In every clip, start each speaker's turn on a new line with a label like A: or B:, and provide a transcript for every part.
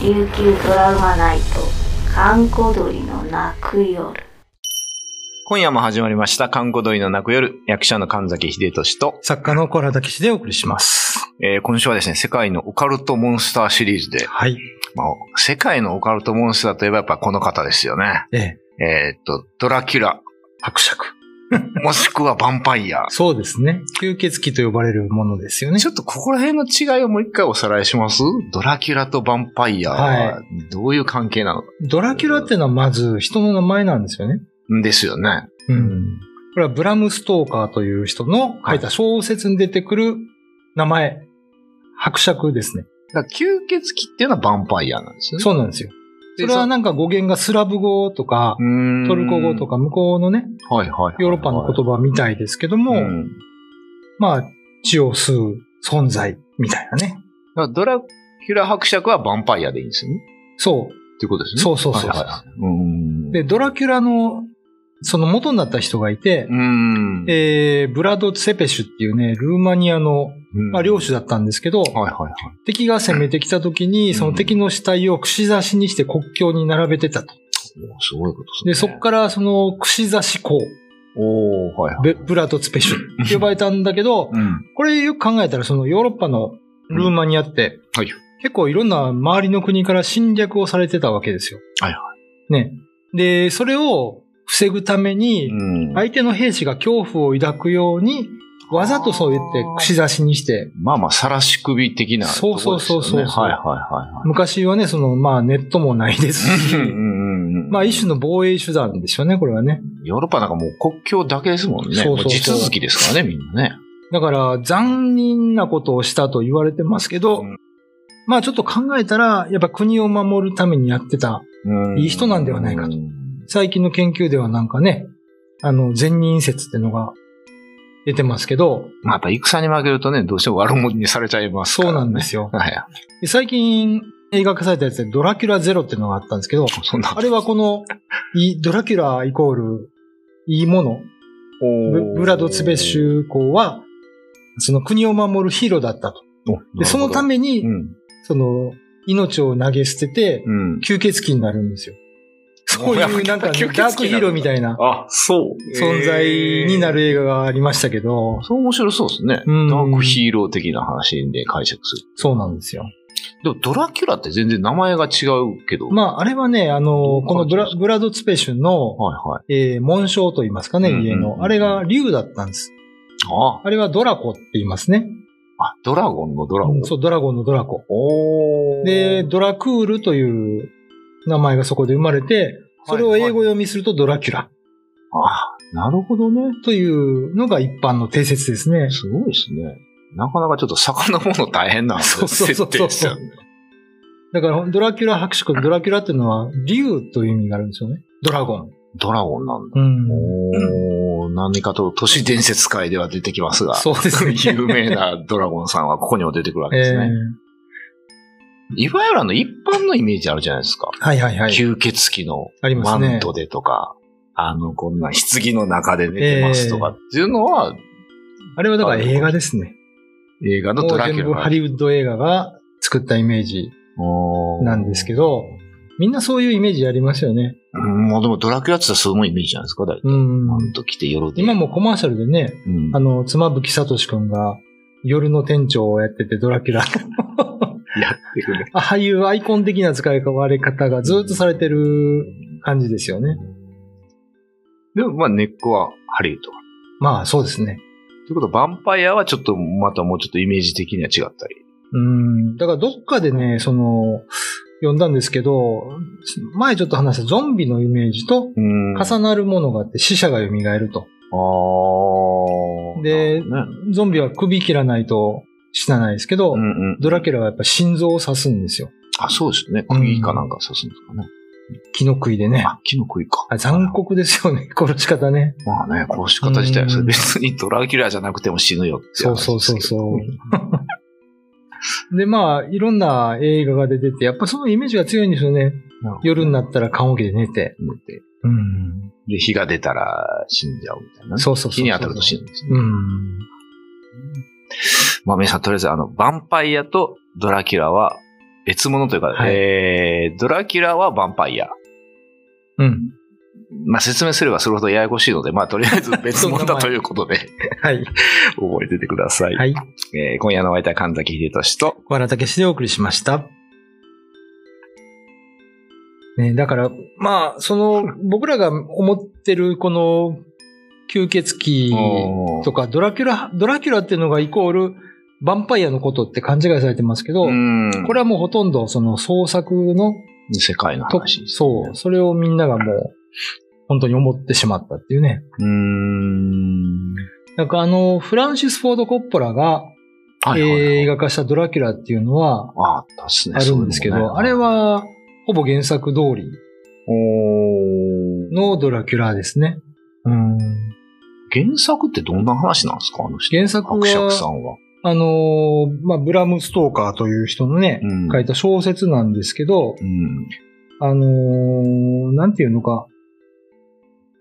A: 琉球ドラマナイト観光鳥の泣く夜
B: 今夜も始まりました、観光鳥の泣く夜、役者の神崎秀俊と、
C: 作家の小原武史でお送りします。
B: えー今週はですね、世界のオカルトモンスターシリーズで、
C: はい。
B: まあ、世界のオカルトモンスターといえばやっぱこの方ですよね。
C: ええ。
B: えーっと、ドラキュラ、
C: 伯爵。
B: もしくはヴァンパイア。
C: そうですね。吸血鬼と呼ばれるものですよね
B: ち。ょっとここら辺の違いをもう一回おさらいしますドラキュラとヴァンパイアは
C: は
B: どういう関係なの、
C: ドラキュラっていうのはまず人の名前なんですよね。
B: んですよね。
C: う。。
B: うん
C: これはブラム・ストーカーという人の書いた小説に出てくる名前。伯爵ですね。
B: だから吸血鬼っていうのはヴァンパイアなんですよね。
C: そうなんですよ。
B: で
C: それはなんか語源がスラブ語とか
B: う、ーん
C: トルコ語とか向こうのね、
B: はいはいはいはい、
C: ヨーロッパの言葉みたいですけども、
B: うん
C: まあ、血を吸う存在みたいなね。
B: だからドラキュラ伯爵はヴァンパイアでいいんですよね。
C: そう。
B: っていうことですね。
C: そうそうそうそう
B: はいはいはいうん
C: で、ドラキュラの、その元になった人がいて
B: う、ん。
C: えー、ブラド・セペシュっていうね、ルーマニアの、
B: うん
C: まあ、領主だったんですけど、
B: はいはいはい。
C: 敵が攻めてきた時
B: うん
C: に、その敵の死体を串刺しにして国境に並べてたと。
B: おーすごいこと
C: で、
B: です
C: そ
B: ね。
C: っからその串刺し校、
B: おーはいはい。
C: ベブラド・セペシュって呼ばれたんだけど、
B: うん。
C: これよく考えたらそのヨーロッパのルーマニアって、
B: はい。
C: 結構いろんな周りの国から侵略をされてたわけですよ。
B: はい
C: はい。ね。で、それを防ぐために、
B: うん
C: 相手の兵士が恐怖を抱くように、わざとそう言って串刺しにして、
B: まあまあ、さらし首的なところですよね。
C: そうそうそうそうそう
B: はいはいはいはい。
C: 昔はね、その、まあネットもないですし
B: う、んうんうん
C: まあ一種の防衛手段ですよね、これはね。
B: ヨーロッパなんかもう国境だけですもんね。
C: そうそうそう
B: も地続きですからね、みんなね。
C: だから、残忍なことをしたと言われてますけど、
B: うん
C: まあちょっと考えたら、やっぱ国を守るためにやってた、
B: うん
C: いい人なんではないかと最近の研究ではなんかね、あの、善人説ってのが出てますけど、
B: まあ、やっぱ戦に負けるとね、どうしても悪者にされちゃいますか
C: そ
B: ら、。
C: うなんですすよ。
B: はい。
C: で最近映画化されたやつでドラキュラゼロってのがあったんですけど、
B: そんな。
C: あれはこの、いいドラキュライコール、いいもの、ブブラド・ツベシュ公は、その国を守るヒーローだったと。で、そのために、
B: に、
C: その、命を投げ捨てて、
B: うん。うん。
C: 吸血鬼になるんですよ。そういうなんかね、
B: 吸血鬼
C: ダークヒーローみたいな
B: あ、そう。
C: 存在になる映画がありましたけど、
B: そう面白そうですね。
C: うん
B: ダークヒーロー的な話で解釈する。
C: そうなんですよ。
B: でもドラキュラって全然名前が違うけど。
C: まあ、あれはね、
B: ど
C: あ
B: う
C: の、このブ
B: 感
C: ラ
B: じですか
C: ブラド・ツペシュの、
B: はいはい。
C: えー紋章と言いますか
B: う
C: ね、
B: んうんうん
C: 家の。あれが竜だったんです。
B: あ
C: あれはドラコって言いますね。
B: あ、ドラゴンのドラゴン。
C: そう、ドラゴンのドラコ。
B: おー
C: で、、ドラクールという名前がそこで生まれて、それを英語読みするとドラキュ
B: あ、
C: ラ
B: なるほどね。
C: というのが一般の定説ですね。
B: すごいですね。なかなかちょっと魚もの大変な
C: そうそうそうそう
B: 設定ですよね。
C: だから、ドラキュラ伯爵、ドラキュラっていうのは、竜という意味があるんですよね。ドラゴン。
B: ドラゴンなんだ。
C: うん。
B: おー何かと都市伝説界では出てきますが、。
C: そうですね
B: 有名なドラゴンさんはここにも出てくるわけ
C: え
B: です
C: ー
B: ね。いわゆるあの一般のイメージあるじゃないですか。
C: はいはいはい。
B: 吸血鬼の
C: ありますね
B: マントでとか、あの、こんな棺の中で寝てますとかっていうのは、
C: あれはだから映画ですね。
B: 映画の
C: も
B: ド
C: う
B: ラキ
C: 全
B: ュ
C: 部
B: ラ
C: ハリウッド映画が作ったイメージ。なんですけどみんなそういうイメージありますよね。
B: うん、まあでもドラキュラって言ったらそういうイメージじゃないですか、大体。
C: うん。
B: マント着て夜で。
C: 今もコマーシャルでね、
B: うん
C: あの、妻夫木聡くんが夜の店長をやっててドラキュ ラ。
B: やってくれ。
C: ああいうアイコン的な使いわれ方がずっとされてる感じですよね。
B: でもまあ根っこはハリウッド。
C: まあそうですね。
B: ということは、ヴァンパイアはちょっと、またもうちょっとイメージ的には違ったり。
C: うん。だからどっかでね、その、読んだんですけど、前ちょっと話したゾンビのイメージと
B: うん
C: 重なるものがあって死者が蘇ると。
B: あー
C: で
B: なるほどね
C: ゾンビは首切らないと死なないですけど、
B: うんうん。
C: ドラキュラはやっぱ心臓を刺すんですよ。
B: あ、そうですね。釘かなんか刺すんですかね。
C: 木の杭でね。
B: あ、木の杭か。
C: あ残酷ですよね、 殺し方ね。
B: まあね、殺し方自体はそれ
C: うん
B: 別にドラキュラじゃなくても死ぬよって
C: そうそうそうそう。で、まあ、いろんな映画が出てて、やっぱそのイメージが強いんですよね。夜になったら棺桶で寝て。
B: う。で
C: うん。
B: で、火が出たら死んじゃうみたいなね。
C: そうそうそうそ
B: 火
C: う
B: に当たると死ぬんですね。
C: うん。
B: まあ皆さん、とりあえずあの、ヴァンパイアとドラキュラは、別物というか、
C: はい
B: えー、ドラキュラはヴァンパイア。
C: うん。
B: まあ、説明すればそれほどややこしいので、まあ、とりあえず別 物だということで、
C: はい。
B: 覚えててください。
C: はい。
B: えー今夜のお相手は神崎秀俊と、
C: わらたけしでお送りしました。ね、だから、まあ、そ の、僕らが思ってるこの、吸血鬼
B: おー
C: とか、ドラキュラ、ドラキュラっていうのがイコール、ヴァンパイアのことって勘違いされてますけど、
B: ん
C: これはもうほとんどその創作の
B: 世界の
C: と
B: 話ですね、
C: そう、それをみんながもう、本当に思ってしまったっていうね。
B: う。うーん。
C: なんかあの、フランシス・フォード・コッポラが
B: はいはいはい
C: 映画化したドラキュラっていうのは
B: ああったっすね。
C: あるんですけど、
B: そういうのもね
C: あれ、はほぼ原作通り
B: おー
C: のドラキュラですね。うん。
B: 原作ってどんな話なんですかあの人。
C: 原作
B: 伯爵さ
C: は、
B: んは。
C: あのー、まあ、ブラム・ストーカーという人のね、
B: うん
C: 書いた小説なんですけ
B: う
C: ど、
B: ん。
C: あのー、なんていうのか。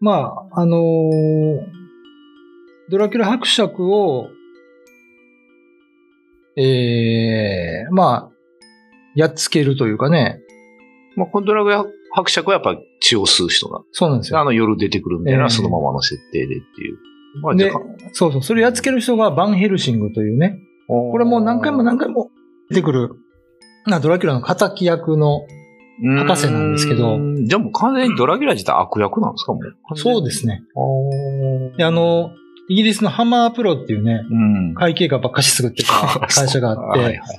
C: まあ、あのードラキュラ伯爵を、ええまあ、やっつけるというかね、
B: まあ、コントラグや伯爵はやっぱ血を吸う人なんで
C: そうなんです
B: すよ。あ
C: よ。
B: の夜出てくるみたいな、
C: ええ
B: そのままの設定でっていう。まあ、じ
C: で
B: ゃあ
C: そうそう、それやっつける人がバンヘルシングというね、
B: こ
C: これもう何回も何回も出てくる、なドラキュラの敵役の、博士なんですけ
B: う
C: ど。
B: ーんじゃあもう完全にドラギュラ自体悪役なんですかもう。。
C: そうですすね。
B: あー
C: で、あ、の、イギリスのハマープロっていうね、
B: うん。
C: 会計がばっかし作ってた会社があっ
B: はいはい
C: て
B: は、い。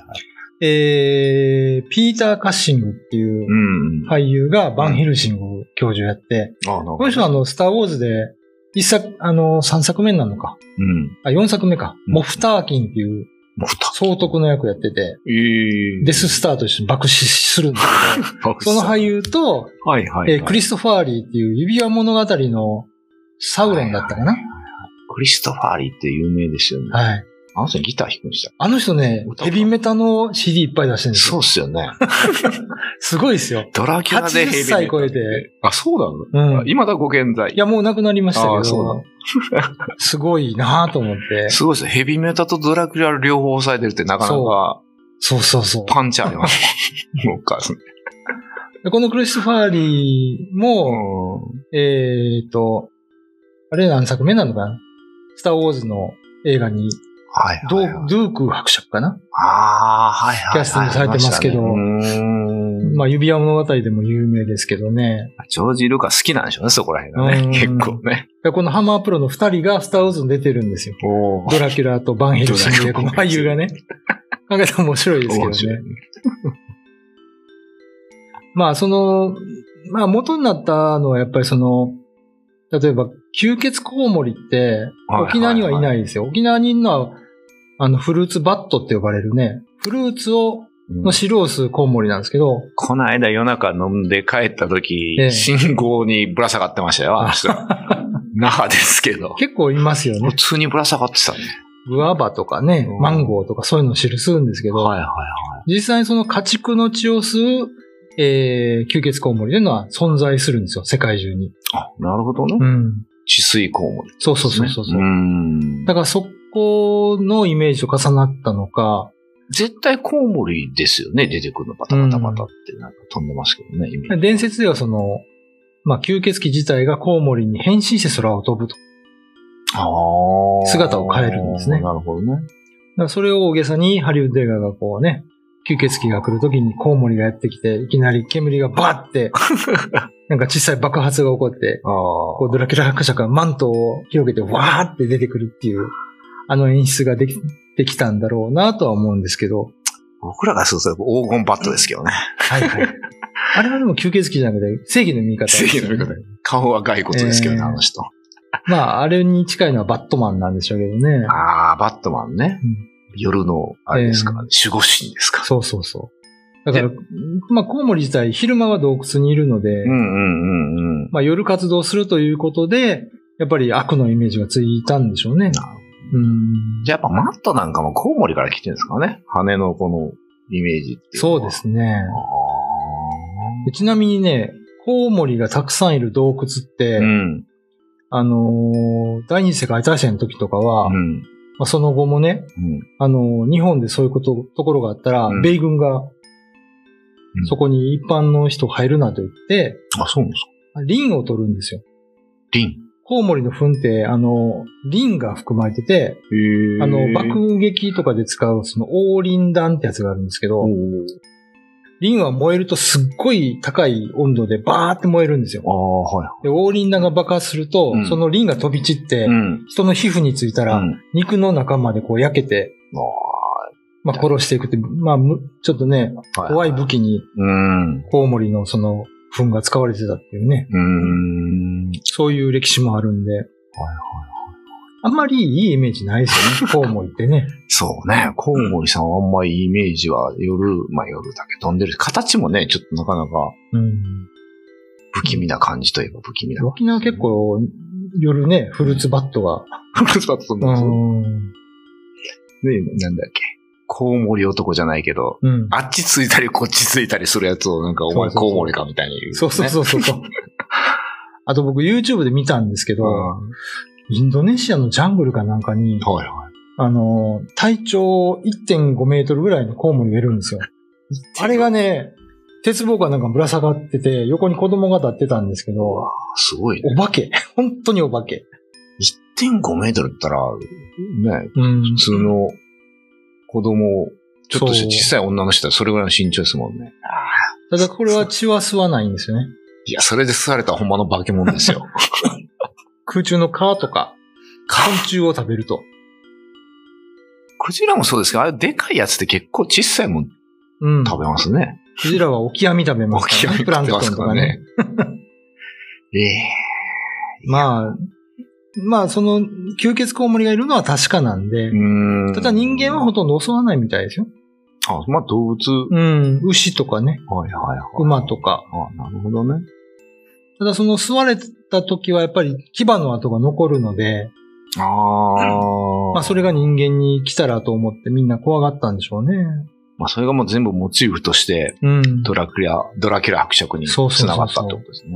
C: えー、ピーター・カッシングっていううん
B: い。
C: 俳優がバンヘルシング教授をやって、
B: ああ、なるほ
C: この人はあの、スター・ウォーズで、一作、あの、三作目なのか。
B: うん。
C: あ、四作目か。
B: うん
C: モフターキンっていう
B: もう二
C: 総督の役やってて、
B: えー
C: デス・スターと一緒に爆死するんです け
B: 伯爵
C: ど、その俳優と、
B: はいはいはい。
C: えークリストファーリーっていう指輪物語のサウロンだったかな。
B: クリストファーリーって有名ですよね。
C: はい。
B: あの人ギター弾くんでした。
C: あの人ね
B: 歌、か
C: ヘビメタの CD いっぱい出してるんです
B: そう
C: よ。
B: っすよね。
C: すごいですよ。
B: ドラキュラでヘビメ
C: 80
B: タル
C: 歳超えて。
B: あ、そう
C: う
B: なんの。今だご健在。
C: いや、もうなくなりましたけ
B: あーそうな
C: ど
B: の、
C: すごいなぁと思って。
B: すごいですね。ヘビメタとドラキュラ両方押さえてるってなかなか
C: そうそうそう。
B: パンチあります ね。もう一回ですね
C: でこのクリストファーリーも、えっ、ー、と、あれ何作目なのかなスター・ウォーズの映画に
B: はいはい
C: ド
B: はい。
C: ー、ドゥーク伯爵かな
B: ああ、はいはいはい。
C: キャスティングされてますけど
B: ありましたねうーん
C: まあ、指輪物語でも有名ですけどね。
B: ジョージ・ルーカス好きなんでしょうね、そこら辺がね。
C: う
B: 結
C: ん
B: 構ね。
C: でこのハマープロの二人がスター・ウォーズに出てるんですよ。
B: お
C: ドラキュラとバンヘルシング役の俳優がね。考えたら面白いですけど
B: 面白い
C: ね。。まあ、その、まあ、元になったのはやっぱりその、例えば、吸血コウモリって、
B: はいはいはい
C: 沖縄にはいないですよ。沖縄にいるのは、あの、フルーツバットって呼ばれるね、フルーツを、
B: うん
C: の汁を吸うコウモリなんですけど、
B: この間夜中飲んで帰った時、
C: ええ
B: 信号にぶら下がってましたよ、あの人。 那覇ですけど。
C: 結構いますよ
B: 普
C: ね。
B: 通にぶら下がってたね。
C: グアバとかね
B: う、ん
C: マンゴーとかそういうのを汁吸うんですけ
B: い
C: ど、
B: は
C: 実際にその家畜の血を吸う、えー、吸血コウモリというのは存在するんですよ、世界中に。
B: い。あ、なるほどね。
C: うん。
B: 治水コウモリ、
C: そうそうそうそうそう。
B: うーん。
C: だからそこのイメージと重なったのか、
B: 絶対コウモリですよね、出てくるの。バタバタバタってなんか飛んでますけどね、イメージ。
C: 伝説ではその、まあ、吸血鬼自体がコウモリに変身して空を飛ぶと。だ
B: あー
C: 姿を変えるんですね
B: なるほどね。
C: からそれを大げさにハリウッド映画がこうね、吸血鬼が来るときにコウモリがやってきて、いきなり煙がバー って、なんか小さい爆発が起こって、
B: ああ。
C: こうドラキュラ伯爵がマントを広げてわーって出てくるっていう、あの演出ができ、できたんだろうなとは思うんですけど。
B: 僕らがそうすると黄金バットですけどね。
C: はいはい。 あれはでも吸血鬼じゃなくて、正義の味方ですよね、
B: 正義の味方顔は骸骨ですけどね、
C: ええ
B: あの人。
C: まあ、あれに近いのはバットマンなんでしょうけどね。
B: ああ、バットマンね。
C: うん
B: 夜の、あれですからね、守護神ですか。
C: そうそうそう。だから、まあ、コウモリ自体、昼間は洞窟にいるので、
B: うんうんうんうん。
C: まあ、夜活動するということで、やっぱり悪のイメージがついたんでしょうね
B: なるほ。
C: うん。
B: じゃあやっぱマットなんかもコウモリから来てるんですかね。羽のこのイメージっていうの
C: そ
B: は
C: うで。すね。
B: あ
C: でちなみにね、コウモリがたくさんいる洞窟って、
B: ーうん。
C: あのー第二次世界大戦の時とかは、
B: う
C: ま
B: ん。
C: あ、その後もね、
B: うん。
C: あのー日本でそういうこと、ところがあったら、
B: うん
C: 米軍が
B: うん
C: そこに一般の人入るなと言って、
B: あ、そうなんですか。
C: 輪を取るんですよ。
B: リン。
C: コウモリの糞って、あの、輪が含まれてて、
B: へー
C: あの、爆撃とかで使う、その、黄輪弾ってやつがあるんですけど
B: お、
C: 輪は燃えるとすっごい高い温度でバーって燃えるんですよ
B: あ。あ、はい。
C: で、黄輪弾が爆発すると、
B: うん
C: その輪が飛び散って、
B: ん。
C: 人の皮膚についたら、
B: うん
C: 肉の中までこう焼けて、まあ殺していくって、まあ、むちょっとね、怖い武器に
B: うん。う
C: コウモリのその、糞が使われてたっていうね、
B: ーん。
C: そういう歴史もあるんで、あんまりいいイメージないですよ ね、コウモリってね。
B: そうね。コウモリさんはあんまりイメージは夜、まあ夜だけ飛んでるし。形もね、ちょっとなかなか
C: うん。
B: 不気味な感じといえば不気味な。
C: 沖縄結構、夜ね、フルーツバットが。
B: そうそう
C: う
B: そ
C: ん。
B: うねなんだっけ。コウモリ男じゃないけど、
C: うん。
B: あっちついたりこっちついたりするやつをなんかお
C: そう
B: 前
C: そうそう
B: コウモリかみたいに言う、ね。
C: そうそうそうそうそう。 あと僕 YouTube で見たんですけど、
B: う
C: インドネシアのジャングルかなんかに、
B: はいはい。
C: あの、体長1.5メートルぐらいのコウモリがいるんですよ。あれがね、鉄棒がなんかぶら下がってて、横に子供が立ってたんですけ
B: うわ
C: ど、
B: すごいね。
C: お化け。 本当にお化け。
B: 1.5メートルだったら、ね、
C: うん
B: 普通の子供、ちょっとし
C: そう
B: 小さい女の人はそれぐらいの身長ですもんね。
C: ただこれは血は吸わないんですよね。
B: いや、それで吸われたらほんまの化け物です よ。
C: 空中の蚊とか、昆虫を食べると。
B: クジラもそうですけど、あれでかいやつって結構小さいもん
C: うん。
B: 食べますね。
C: クジラはオキアミ食べます
B: 大きい
C: からね。プランクトンとかね。。
B: ええ
C: まあ、まあ、その、吸血コウモリがいるのは確かなんで、
B: うん
C: ただ人間はほとんど襲わないみたいですよ。
B: あ、まあ動物。
C: うん。牛とかね、
B: はいはいはい。
C: 馬とか。
B: あ、なるほどね。
C: ただその吸われた時はやっぱり牙の跡が残るので、
B: ああ。
C: まあそれが人間に来たらと思ってみんな怖がったんでしょうね。
B: まあそれがもう全部モチーフとして、
C: うん。
B: ドラクリア、ドラキュラ伯爵に
C: そうそうそうそう
B: つながったってことですね。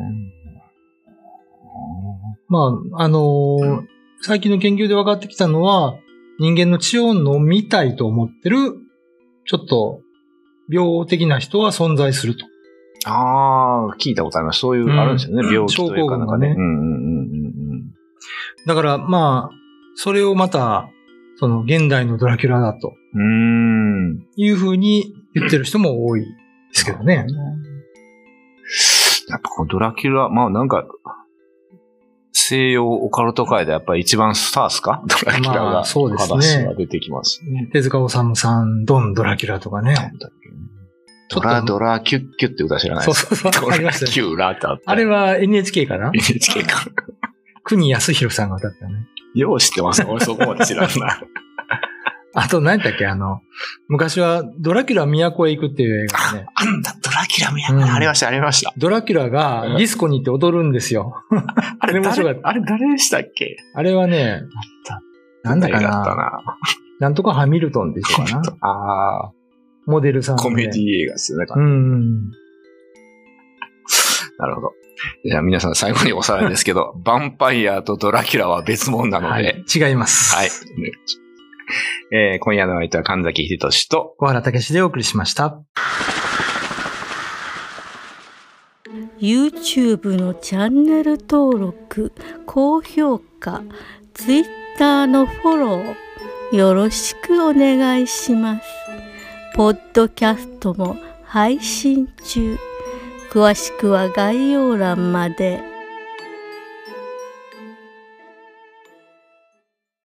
C: まあ、あのー最近の研究で分かってきたのは、人間の血を飲みたいと思ってる、ちょっと、病的な人は存在すると。
B: ああ、聞いたことあります。そういう、
C: うん
B: あるんですよね。病気というかなんかね。
C: 症候群がね
B: うんうんうんうんうん。
C: だから、まあ、それをまた、その、現代のドラキュラだと
B: うーん。
C: いうふうに言ってる人も多いですけどね。
B: やっぱこのドラキュラ、まあなんか、西洋オカルト界でやっぱり一番スターですかドラキュラが。
C: まあそうですね
B: 話が出てきますね。
C: 手塚治虫さん、ドン・ドラキュラとかね。
B: ドラ、
C: ちょっと
B: ドラキュッキュって歌知らないで
C: そ
B: す
C: うそうそう、
B: ド
C: ありま
B: ラ
C: した
B: キ
C: ね。
B: ュラってあった。
C: あれは NHK かな
B: NHK か。
C: 国安弘さんが歌ったね。
B: よう知って ます。俺そこまで知らんな。
C: あと、何だったっけあの、昔は、ドラキュラ都へ行くっていう映画でね、
B: あんたドラキュラもや
C: うん
B: な。ありました、ありました。
C: ドラキュラがディスコに行って踊るんですよ。
B: あれ
C: 面白かっ
B: 誰、
C: た
B: あれ誰でしたっけ
C: あれはね
B: た、
C: なんだか
B: 誰だった
C: な、
B: な。
C: なんとかハミルトンって人かな、
B: あ
C: モデルさん
B: あ、
C: で。
B: コメディ映画ですよね。
C: うんうん。
B: なるほど。じゃあ皆さん最後におさらいですけど、ヴァンパイアとドラキュラは別物なので、は
C: はいい。。違います。
B: お願いしますえー今夜の相手は神崎秀俊と、
C: 小原武史でお送りしました。
D: YouTube のチャンネル登録高評価 Twitter のフォローよろしくお願いしますポッドキャストも配信中詳しくは概要欄まで。